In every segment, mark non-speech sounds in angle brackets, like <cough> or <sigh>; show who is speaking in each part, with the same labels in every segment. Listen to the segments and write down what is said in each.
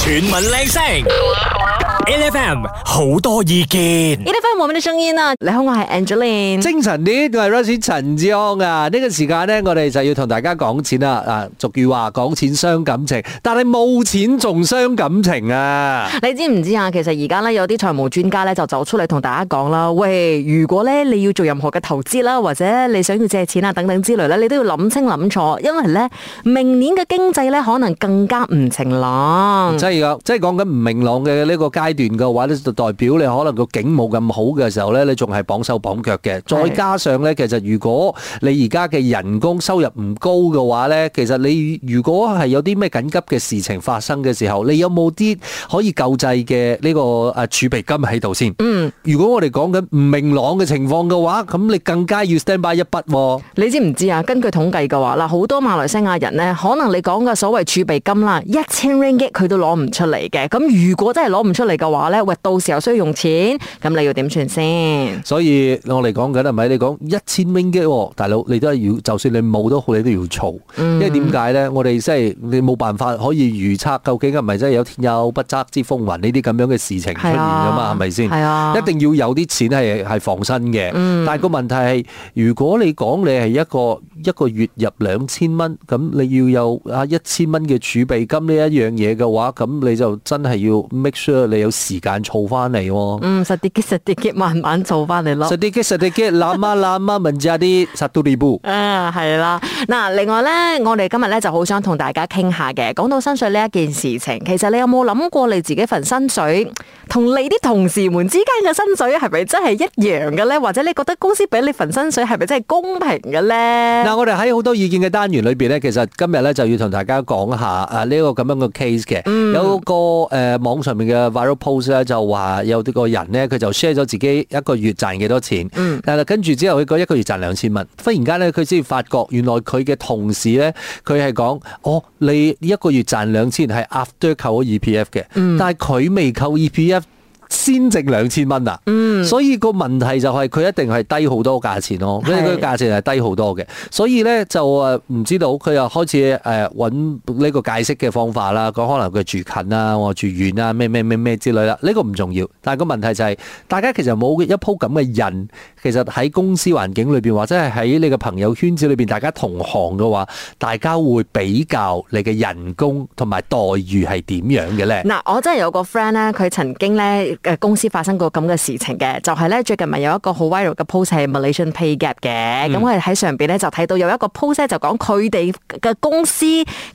Speaker 1: 全民靚聲，LFM 好多意見。
Speaker 2: 一分我們的聲音啊！你好，我係 Angeline。
Speaker 3: 精神啲，我係 Rosie 陳志康啊！呢、個時間呢，我哋就要同大家講錢啦。啊，俗語話講錢傷感情，但係冇錢仲傷感情啊！
Speaker 2: 你知唔知啊？其實而家咧有啲財務專家咧就走出嚟同大家講啦，喂，如果咧你要做任何嘅投資啦，或者你想要借錢啊等等之類咧，你都要諗清諗楚，因為咧明年嘅經濟咧可能更加唔晴朗。
Speaker 3: 即係講，即係講緊唔明朗嘅呢個階段嘅話咧，就代表你可能個景冇咁好嘅時候咧，你仲係綁手綁腳嘅。再加上咧，其實如果你而家嘅人工收入唔高嘅話咧，其實你如果係有啲咩緊急嘅事情發生嘅時候，你有冇啲可以救濟嘅呢個誒儲備金喺度先？嗯，如果我哋講緊唔明朗嘅情況嘅話，咁你更加要 stand by 一筆喎。
Speaker 2: 你知唔知啊？根據統計嘅話，嗱，好多馬來西亞人呢，可能你講嘅所謂儲備金啦，一千 ringgit 佢都攞唔出嚟嘅。咁如果真係攞唔出嚟嘅話呢，喂，到時候需要用錢，咁你要點算先？
Speaker 3: 所以我嚟講緊係咪？你講一千 ringgit 喎，大佬你都係要，就算你冇都好，你都要儲。
Speaker 2: 嗯
Speaker 3: 因為點解咧？我哋即係你冇辦法可以預測究竟係咪真係有天有不測之風雲呢啲咁樣嘅事情出現㗎嘛？係咪先？
Speaker 2: 係啊，嗯
Speaker 3: 一定要有啲錢係係防身嘅。但係個問題係，如果你講你係一個一個月入兩千蚊，咁你要有啊一千蚊嘅儲備金呢一樣嘢嘅話，咁你就真係要 make sure 你有時間儲翻嚟喎。
Speaker 2: 嗯，實啲嘅實啲嘅，慢慢做翻嚟咯。
Speaker 3: Sedikit sedikit lama lama menjadi satu ribu。
Speaker 2: 啊，係啦，嗱，另外咧，我哋今日咧就好想同大家傾下嘅，講到薪水呢一件事情，其實你有冇諗過你自己份薪水同你啲同事們之間嘅薪水係咪真係一樣嘅咧？或者你覺得公司俾你份薪水係咪真係公平嘅咧？
Speaker 3: 嗱，我哋喺好多意見嘅單元裏邊咧，其實今日咧就要同大家講下啊呢一個咁樣嘅 case 嘅，有個誒、呃、網上面嘅 viral post 咧就話有啲個人咧佢就 share 咗自己一個月賺幾多錢，但係跟住之後佢個一個月賺兩千蚊，忽然間咧佢先發覺原來佢嘅同事咧佢係講哦你一個月賺兩千係 after 扣咗 EPF 嘅，但係佢未扣 EPF。先值兩千蚊啊！所以個問題就係佢一定係低好多價錢咯，
Speaker 2: 係
Speaker 3: 因為佢價錢係低好多嘅，所以咧就誒唔知道佢又開始誒揾呢個解釋嘅方法啦，講可能佢住近啊，我住遠啊，咩咩咩咩之類啦，呢個唔重要，但係個問題就係、大家其實冇一鋪咁嘅人，其實喺公司環境裏邊或者係喺你嘅朋友圈子裏邊，大家同行嘅話，大家會比較你嘅人工同埋待遇係點樣嘅咧？
Speaker 2: 嗱，我真係有個 friend 咧，佢曾經咧誒公司發生過咁嘅事情嘅，就係、呢，咧最近咪有一個好 viral 嘅 post 係 Malaysian pay gap 嘅，咁我哋喺上邊咧就睇到有一個 post 呢就講佢哋嘅公司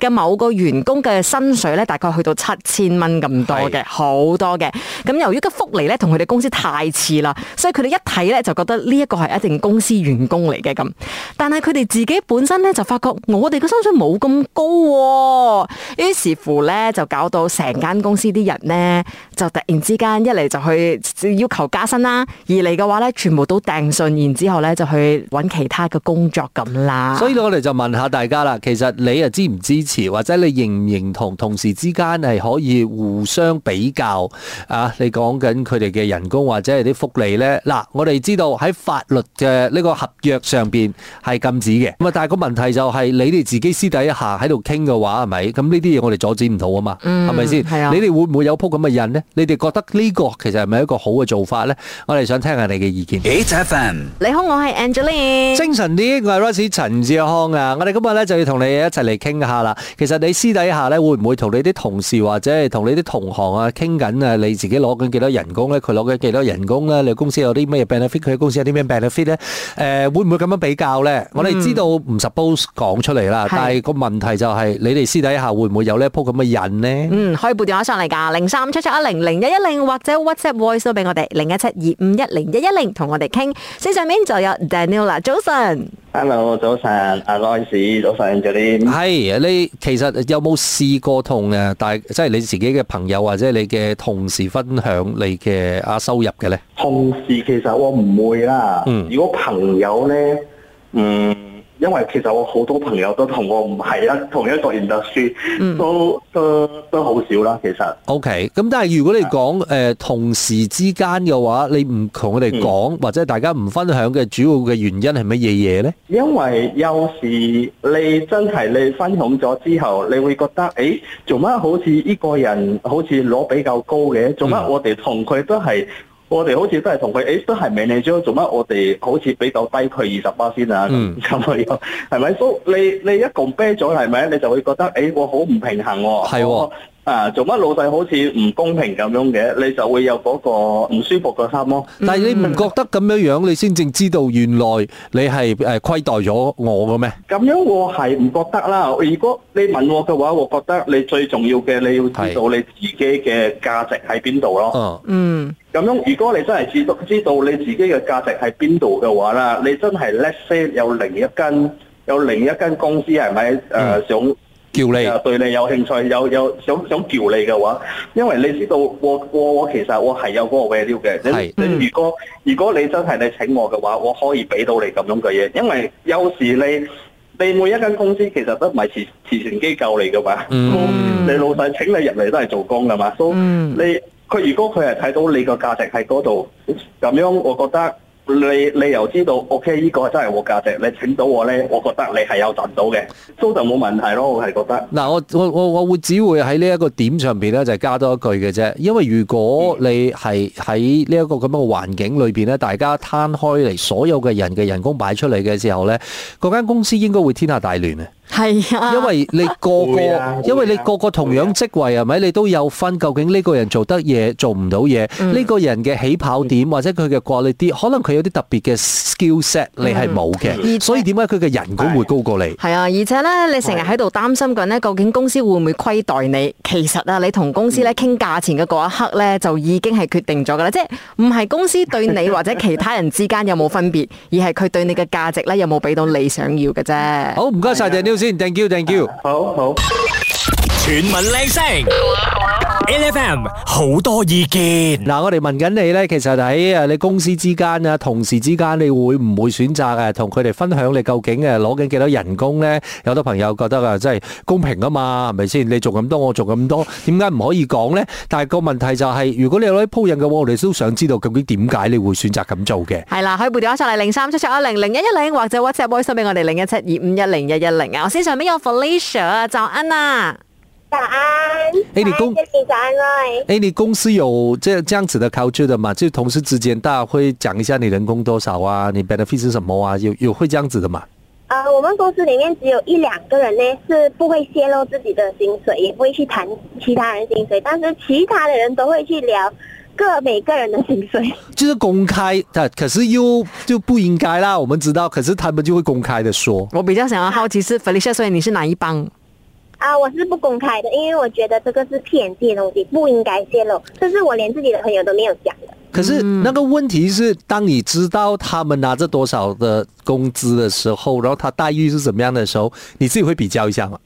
Speaker 2: 嘅某個員工嘅薪水咧大概去到七千蚊咁多嘅，好多嘅。咁由於個福利咧同佢哋公司太似啦，所以佢哋一睇咧就覺得呢一個係一定公司員工嚟嘅咁。但係佢哋自己本身咧就發覺我哋嘅薪水冇咁高、喎，於是乎咧就搞到成間公司啲人咧就突然之間一嚟就去要求加薪啦，二嚟嘅話咧全部都掟信，然之後咧就去揾其他嘅工作咁啦。
Speaker 3: 所以我哋就問下大家啦，其實你啊支唔支持，或者你認唔認同同事之間係可以互相比較啊？你講緊佢哋嘅人工或者係啲福利呢？嗱，我哋知道喺法律嘅呢個合約上邊係禁止嘅，咁啊，但係個問題就係你哋自己私底下喺度傾嘅話係咪？咁呢啲嘢我哋阻止唔到啊嘛，係咪先？
Speaker 2: 係啊
Speaker 3: 你哋會唔會有鋪咁嘅印呢？你哋覺得呢個其實係咪一個好嘅做法呢？我哋想聽下你嘅意見。
Speaker 1: HFM
Speaker 2: 你好，我係 Angeline。
Speaker 3: 精神啲，我係 Rosie 陳志康啊！我哋今日咧就要同你一齊嚟傾下啦。其實你私底下咧會唔會同你啲同事或者係同你啲同行啊傾緊啊？你自己攞緊幾多人工咧？佢攞緊幾多人工咧？你公司有啲咩 benefit？佢公司有啲咩 benefit 咧？誒、會唔會咁樣比較咧？我哋知道唔 suppose 講出嚟啦，
Speaker 2: 係
Speaker 3: 但係個問題就係、你哋私底下會唔會有呢一鋪咁嘅人咧？
Speaker 2: 嗯，可以撥電話上嚟㗎，零三七七一零零一一零，或者 WhatsApp voice 都俾我哋零一七二五一零一一零，同我哋傾。線上面就有 Daniel 啦，早晨。
Speaker 4: Hello，早晨，阿 Royce，早晨 j e
Speaker 3: 係你其實有冇試過同誒大即係你自己嘅朋友或者你嘅同事分享你嘅啊收入嘅咧？
Speaker 4: 同事其實我唔會啦，
Speaker 3: 嗯
Speaker 4: 如果朋友咧，嗯，因為其實我好多朋友都同我唔係一同一個 industry，、都都都好少啦。其實
Speaker 3: O K，咁但係如果你講誒、呃同事之間嘅話，你唔同佢哋講，或者大家唔分享嘅主要嘅原因係乜嘢嘢呢？
Speaker 4: 因為有時你真係你分享咗之後，你會覺得誒做乜好似呢個人好似攞比較高嘅，做
Speaker 3: 嗯
Speaker 4: 乜我哋同佢都係。我哋好似都係同佢，誒都係 manager，做乜我哋好似比較低佢二十巴先啊？
Speaker 3: 嗯
Speaker 4: 咁咁樣係咪？所以你你一共啤咗係咪？你就會覺得誒、誒我好唔平衡喎、
Speaker 3: 係喎
Speaker 4: 我啊，做乜老細好似唔公平咁樣嘅？你就會有嗰個唔舒服嘅心咯。
Speaker 3: 但係你唔覺得咁樣樣，你先正知道原來你係誒虧待咗我嘅咩？
Speaker 4: 咁樣我係唔覺得啦。如果你問我嘅話，我覺得你最重要嘅你要知道你自己嘅價值喺邊度咯。
Speaker 3: 嗯，
Speaker 2: 嗯，
Speaker 4: 咁樣如果你真係知道知道你自己嘅價值喺邊度嘅話啦，你真係 let's say 有另一間有另一間公司係咪
Speaker 3: 嗯
Speaker 4: 誒想？
Speaker 3: 叫你
Speaker 4: 誒啊對你有興趣，有有想想調你嘅話，因為你知道我我我其實我係有嗰個 value 嘅
Speaker 3: 係。
Speaker 4: 你你如果如果你真係你請我嘅話，我可以俾到你咁樣嘅嘢，因為有時你。你每一間公司其實都唔係慈慈善機構嚟噶嘛，
Speaker 3: 嗯
Speaker 4: 你老細請你入嚟都係做工噶嘛，所以
Speaker 2: 嗯
Speaker 4: 你佢如果佢係睇到你個價值喺嗰度，咁樣我覺得你你又知道，OK 呢個真係我價值，你請到我呢，我覺得你係有賺到嘅，所以就冇問題咯，我係覺得。
Speaker 3: 嗱，我我我我會只會喺呢一個點上邊咧，就加多一句嘅啫。因為如果你係喺呢一個咁樣嘅環境裏邊咧，大家攤開嚟所有嘅人嘅人工擺出嚟嘅時候咧，嗰間公司應該會天下大亂嘅。
Speaker 2: 係啊，
Speaker 3: 因為你個
Speaker 4: 會啊
Speaker 3: 個，因為你個個同樣職位係咪？你都有分，究竟呢個人做得嘢，做唔到嘢？
Speaker 2: 嗯
Speaker 3: 呢個人嘅起跑點或者佢嘅過力啲，可能佢有啲特別嘅 skill set，你係冇嘅。
Speaker 2: 嗯
Speaker 3: 所以點解佢嘅人工會高過你？
Speaker 2: 係啊，而且咧，你成日喺度擔心緊咧，究竟公司會唔會虧待你？其實啊，你同公司咧傾價錢嘅嗰一刻咧，就已經係決定咗噶啦，即係唔係公司對你 <laughs> 或者其他人之間有冇分別，而係佢對你嘅價值咧有冇俾到你想要嘅啫。
Speaker 3: 好，唔該晒
Speaker 2: 啊
Speaker 3: Daniel 先，thank you，thank you。
Speaker 4: 好好。
Speaker 1: 全民靚聲，L F M 好多意見。
Speaker 3: 嗱，我哋問緊你咧，其實喺呃誒你公司之間啊、同事之間，你會唔會選擇誒同佢哋分享你究竟誒攞緊幾多人工咧？有好多朋友覺得啊，真係公平啊嘛，係咪先？你做咁多，我做咁多，點解唔可以講咧？但係個問題就係、如果你有啲鋪印嘅話，我哋都想知道究竟點解你會選擇咁做嘅。
Speaker 2: 係啦，可以撥電話上嚟零三七七一零零一一零，或者 WhatsApp voice 俾我哋零一七二五一零一一零啊。我先上邊有 Felicia 啊，早安啊！
Speaker 5: 早安，
Speaker 3: 哎你公
Speaker 5: 早安，Jackie，早安，Roy。
Speaker 3: 哎，你公司有這这样子的 culture 的嘛？就同事之間，大家會講一下你人工多少啊，你 benefit 是什麼啊？有有會這樣子的嘛？
Speaker 5: 呃，我们公司里面只有一两个人呢是不会泄露自己的薪水，也不会去谈其他人薪水，但是其他的人都会去聊各每个人的薪水。 <laughs>
Speaker 3: 就是公开的，可是又就不应该啦。我们知道，可是他们就会公开的说。
Speaker 2: 我比較想要好奇是 Felicia，所以你是哪一幫？
Speaker 5: 啊、我是不公开的，因为我觉得这个是骗自己的东西，不应该泄露。这是我连自己的朋友都没有讲的。
Speaker 3: 可是那个问题是，当你知道他们拿着多少的工资的时候，然后他待遇是怎么样的时候，你自己会比较一下嘛？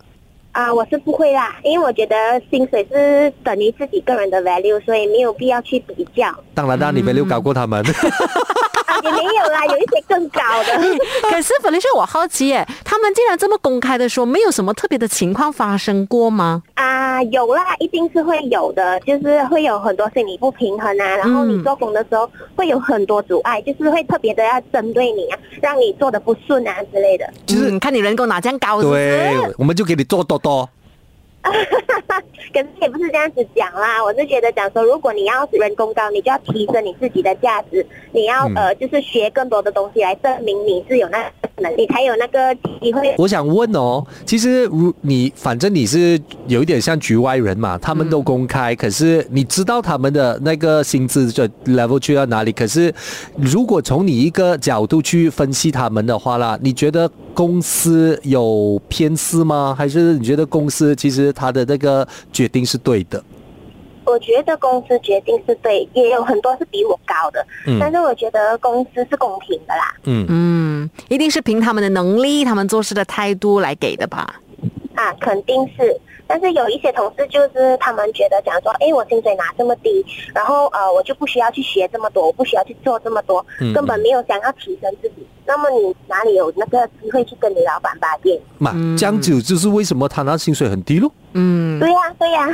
Speaker 5: 啊、我是不会啦，因为我觉得薪水是等于自己个人的 value，所以没有必要去比较。
Speaker 3: 当然啦，你没有搞过他们，
Speaker 5: 啊，也没有啦，有一些更高的。
Speaker 2: <laughs>
Speaker 3: <laughs>
Speaker 2: 可是 Felicia，我好奇耶，他们竟然这么公开的说，没有什么特别的情况发生过吗？
Speaker 5: 啊、有啦，一定是会有的，就是会有很多心理不平衡
Speaker 3: 嗯
Speaker 5: 啊，然后你做工的时候会有很多阻碍，就是会特别的要针对你啊，让你做的不顺啊之类的。
Speaker 3: 就是
Speaker 2: 嗯、看你人工哪这样高是不是
Speaker 3: <laughs> 对，我们就给你做多多。
Speaker 5: 可是也不是这样子讲啦，我是觉得讲说，如果你要人工高，你就要提升你自己的价值，你要、
Speaker 3: 嗯
Speaker 5: 呃，就是学更多的东西来证明你是有那能力，才有那个机会。
Speaker 3: 我想问哦，其实如你反正你是有一点像局外人嘛，他们都公开，可是你知道他们的那个薪资的 level 去到哪里。可是如果从你一个角度去分析他们的话啦，你觉得公司有偏私吗？还是你觉得公司其实他的那个决定是对的？
Speaker 5: 我觉得公司决定是对，也有很多是比我高的，
Speaker 3: 嗯
Speaker 5: 但是我觉得公司是公平的啦。
Speaker 3: 嗯。
Speaker 2: 嗯，一定是凭他们的能力、他们做事的态度来给的吧？
Speaker 5: 啊，肯定是。但是有一些同事就是他们觉得讲说，哎，我薪水拿这么低，然后呃，我就不需要去学这么多，我不需要去做这么多
Speaker 3: 嗯，
Speaker 5: 根本没有想要提升自己。那么你哪里有那个机会去跟你老板把柄？
Speaker 3: 嘛，这样子就是为什么他拿薪水很低咯，
Speaker 2: 嗯，
Speaker 5: 对呀、对呀、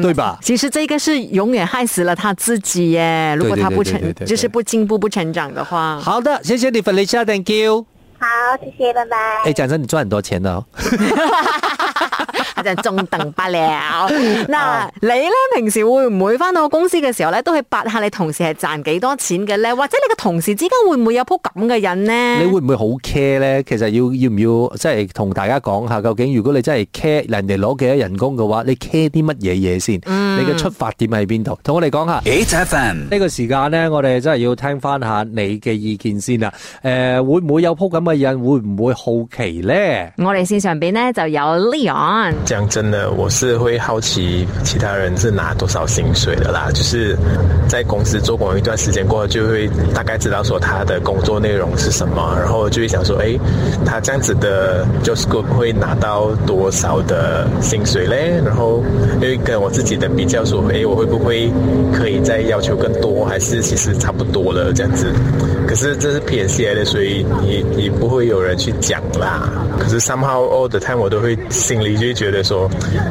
Speaker 5: <laughs>
Speaker 3: 对吧？
Speaker 2: 其实这个是永远害死了他自己耶。如果他不
Speaker 3: 对对对
Speaker 2: 成
Speaker 3: 对对，对
Speaker 2: 就是不进步、不成长的话，
Speaker 3: 好的，谢谢你，Felicia，Thank you。
Speaker 5: 好，谢谢，拜拜。
Speaker 3: 哎，讲真，你赚很多钱的哦。
Speaker 2: 他就中等不了。嗱，你咧平時會唔會翻到公司嘅時候咧，都去八下你同事係賺幾多錢嘅咧？或者你嘅同事之間會唔會有鋪咁嘅人呢？
Speaker 3: 你會唔會好 care 咧？其實要要唔要即係同大家講下，究竟如果你真係 care 人哋攞幾多人工嘅話，你 care 啲乜嘢嘢先？你嘅出發點喺邊度？同我哋講下。
Speaker 1: 8FM,
Speaker 3: 呢個時間呢，我哋真係要聽翻下你嘅意見先啦。诶、會唔會有鋪咁嘅人？會唔會好奇呢？
Speaker 2: 我哋線上邊咧就有 Leon，
Speaker 6: 讲真的，我是会好奇其他人是拿多少薪水的啦。就是在公司做过一段时间过后，就会大概知道说他的工作内容是什么，然后就会想说，哎，他这样子的 job scope 会拿到多少的薪水嘞？然后因为跟我自己的比较说，哎，我会不会可以再要求更多，还是其实差不多了这样子？可是这是 PSI 的，所以也也不会有人去讲啦。可是 somehow all the time 我都会心里就会觉得说，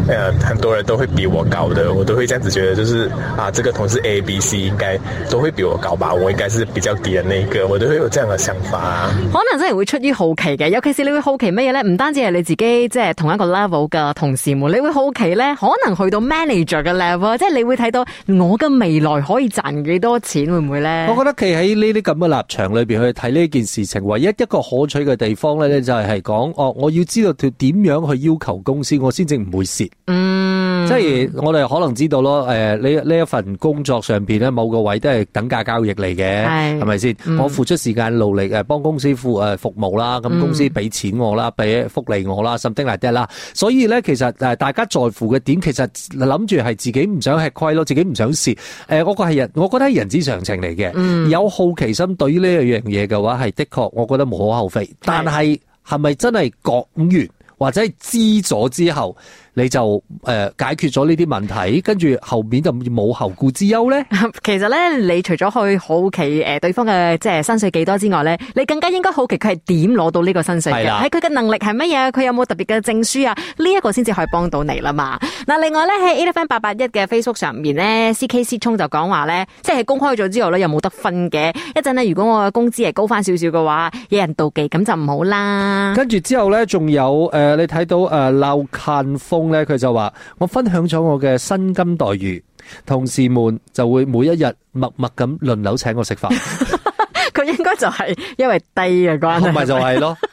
Speaker 6: 呃，很多人都会比我高的，我都会这样子觉得，就是啊，这个同事 A、B、C 应该都会比我高吧，我应该是比较低的那一个，我都会有这样的想法、啊。
Speaker 2: 可能真係會出於好奇嘅，尤其是你會好奇乜嘢咧？唔單止係你自己即係同一個 level 嘅同事們，你會好奇咧，可能去到 manager 嘅 level，即係你會睇到我嘅未來可以賺幾多錢，會唔會咧？
Speaker 3: 我覺得企喺呢啲咁嘅立場裏边去睇呢件事情，唯一一個可取嘅地方呢，就係係講哦，我要知道條點樣去要求公司，我先至唔會蝕。
Speaker 2: 嗯，
Speaker 3: 即係我哋可能知道咯，诶呢呢一份工作上边咧，某個位都係等價交易嚟嘅，
Speaker 2: 係
Speaker 3: 係咪先？我付出時間努力诶，帮公司付诶服務啦，咁公司俾錢我啦，俾福利我啦，something like that 啦。所以咧，其實诶大家在乎嘅點，其實諗住係自己唔想吃虧咯，自己唔想蝕。诶，我覺係人，我覺得係人之常情嚟嘅。有好奇心對於呢樣嘢嘅話，係的確我覺得無可厚非。但係係咪真係講完？或者係知咗之後，你就誒、呃解決咗呢啲問題，跟住後面就冇後顧之憂咧？
Speaker 2: <laughs> 其實咧，你除咗去好奇诶对方嘅即係薪水幾多之外咧，你更加應該好奇佢係點攞到呢個薪水
Speaker 3: 係
Speaker 2: 嘅，
Speaker 3: 啦
Speaker 2: 喺佢嘅能力係乜嘢，佢有冇特別嘅證書啊？呢、一個先至可以幫到你啦嘛。嗱，另外咧喺 A F M 八八一嘅 Facebook 上面咧，C K C 聰就講話咧，即係公開咗之後咧，又冇得分嘅。一陣咧，如果我嘅工資係高翻少少嘅話，有人妒忌咁就唔好啦。
Speaker 3: 跟住之後咧，仲有誒、呃你睇到誒劉近峰咧，佢就話：我分享咗我嘅薪金待遇，同事們就會每一日默默咁輪流請我食飯，
Speaker 2: <laughs> 佢應該就係因為低嘅 <laughs> 關係。
Speaker 3: 咪就係咯。
Speaker 2: <laughs>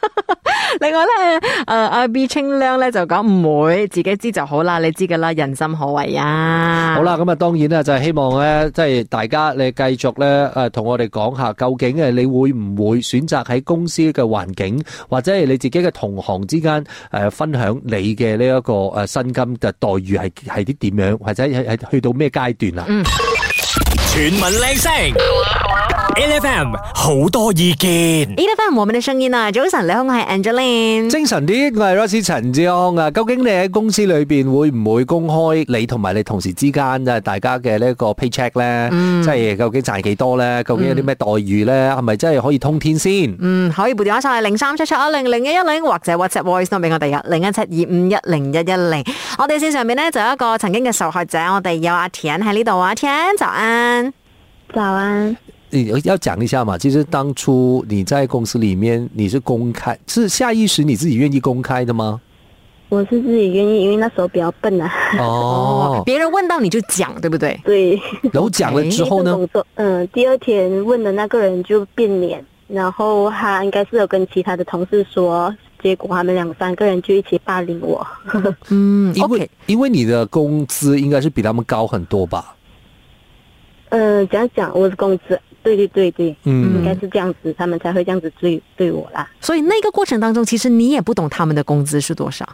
Speaker 2: 另外咧，诶、阿 B 清亮咧就講唔會，自己知就好啦，你知噶啦，人心可為啊。
Speaker 3: 好啦，咁啊，當然啦，就係希望咧，即係大家你繼續咧，誒同我哋講下，究竟誒你會唔會選擇喺公司嘅環境，或者係你自己嘅同行之間誒、呃分享你嘅呢一個誒薪金嘅待遇係係啲點樣，或者係係去到咩階段啦？
Speaker 1: chuyển mình lên sóng. LFM, nhiều ý kiến.
Speaker 2: E F M 我们的聲音啊，早晨，你好，我係 Angeline。
Speaker 3: 精神啲，我係 Rosie 陳志康啊。究竟你喺公司裏邊會唔會公開你同埋你同事之間即係大家嘅呢一個 paycheck 咧？即係究竟賺幾多咧？究竟有啲咩待遇咧？係咪真係可以通天先？
Speaker 2: 嗯，可以撥電話上嚟零三七七一零零一一零，或者 WhatsApp voice 都俾我哋嘅零一七二五一零一一零。我哋線上面呢，就有一個曾經嘅受害者，我哋有阿田喺呢度啊，田早安。
Speaker 5: 早安。
Speaker 3: 你呃要讲一下嘛，其实当初你在公司里面你是公开，是下意识你自己愿意公开
Speaker 2: <laughs>
Speaker 3: 的吗？
Speaker 5: 我是自己愿意，因为那时候比较笨啊。 <laughs>
Speaker 3: 哦，
Speaker 2: 別人問到你就講，對不對？
Speaker 5: 对，
Speaker 3: 然后讲了之后呢
Speaker 5: 第一，次工作，嗯，第二天问的那个人就变脸，然后他应该是有跟其他的同事说，结果他们两三个人就一起霸凌我。
Speaker 2: 嗯
Speaker 3: 因为
Speaker 2: ，OK，
Speaker 3: 因为你的工资应该是比他们高很多吧？
Speaker 5: 嗯，讲讲我的工资，对对对对，应
Speaker 3: 嗯，
Speaker 5: 该是这样子，他们才会这样子对对我啦。
Speaker 2: 所以那個過程當中，其實你也不懂他們的工資是多少。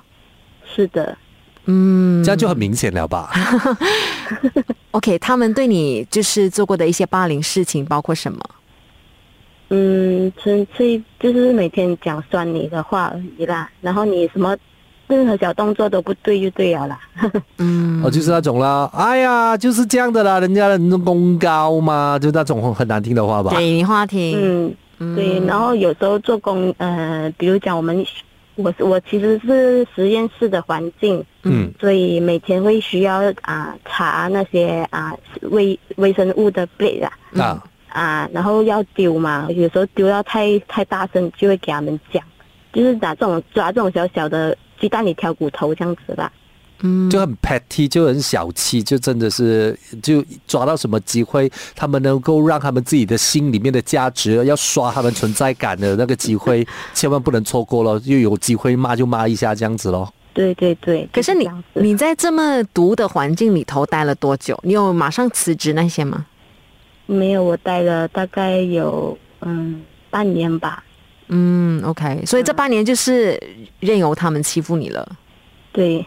Speaker 5: 是的，
Speaker 2: 嗯
Speaker 3: 这样就很明显了吧？
Speaker 2: ，OK，他們對你就是做過的一些霸凌事情，包括什么？
Speaker 5: 嗯，纯粹就是每天讲酸你的话而已啦，然后你什么任何小动作都不对就对了啦。
Speaker 2: 嗯
Speaker 3: 哦，就是那种啦，哎呀，就是这样的啦，人家的人工高嘛，就那种很难听的话吧？嗯
Speaker 2: 给你话题。
Speaker 5: 嗯，对，然后有时候做工，呃，比如讲我们，我我其实是实验室的环境，
Speaker 3: 嗯，
Speaker 5: 所以每天会需要啊、查那些啊、微微生物的 plate 啊
Speaker 2: 嗯
Speaker 3: 啊，
Speaker 5: 啊，然后要丢嘛，有时候丢到太太大声就会给他们讲，就是拿这种抓这种小小的鸡蛋里挑骨头这样子啦。
Speaker 3: 就很 petty，就很小气，就真的是就抓到什么机会，他们能够让他们自己的心里面的价值，要刷他们存在感的那个机会，千万不能错过了。又有机会骂就骂一下这样子咯。
Speaker 5: 对对对，
Speaker 2: 可是
Speaker 5: 就
Speaker 2: 你
Speaker 5: 这样子
Speaker 2: 你在这么毒的环境里头待了多久？你有马上辞职那些吗？
Speaker 5: 没有我待了大概有嗯半年吧，
Speaker 2: 嗯，OK，所以这半年就是任由他们欺负你了。
Speaker 5: 对。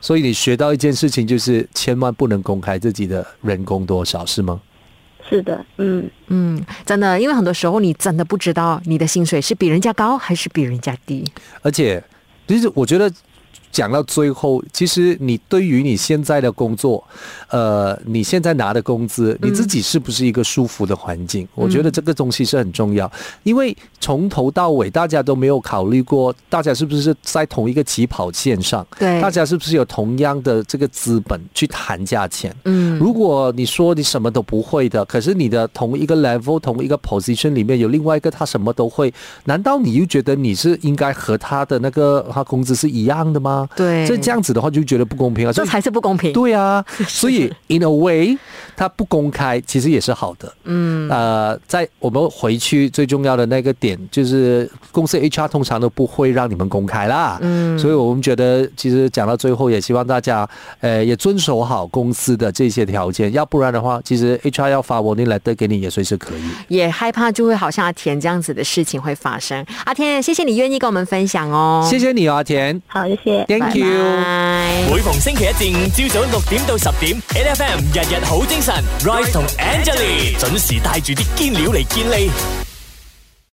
Speaker 3: 所以你学到一件事情，就是千万不能公开自己的人工多少，是吗？
Speaker 5: 是的，嗯，
Speaker 2: 嗯，真的，因为很多时候你真的不知道你的薪水是比人家高还是比人家低。
Speaker 3: 而且，其实我觉得讲到最后，其实你对于你现在的工作，呃，你现在拿的工资，你自己是不是一个舒服的环境？我觉得这个东西是很重要，因为从头到尾大家都没有考虑过，大家是不是在同一个起跑线上，
Speaker 2: 对
Speaker 3: 大家是不是有同样的这个资本去谈价钱？
Speaker 2: 嗯
Speaker 3: 如果你说你什么都不会的，可是你的同一个 level、同一个 position 里面有另外一个他什么都会，难道你又觉得你是应该和他的那个他工资是一样的吗？
Speaker 2: 对
Speaker 3: 所以这样子的话就觉得不公平了。
Speaker 2: 这
Speaker 3: 所以
Speaker 2: 才是不公平。
Speaker 3: 对啊，所以 in a way，它不公开其实也是好的。嗯，呃，在我们回去最重要的那个点，就是公司 HR 通常都不会让你们公开啦。嗯，所以我们觉得其实讲到最后，也希望大家呃也遵守好公司的这些条件，要不然的话，其实 HR 要发 warning letter 给你也随时可以。
Speaker 2: 也害怕就会好像阿田这样子的事情会发生。阿田，谢谢你愿意跟我们分享哦，
Speaker 3: 谢谢你哦，阿田
Speaker 5: 好，谢谢。
Speaker 3: ，Thank you。
Speaker 2: 拜。
Speaker 1: 每逢星期一至五朝早六點到十點，N F M 日日好精神，Rise 同 Angelie 準時帶住啲堅料嚟健利。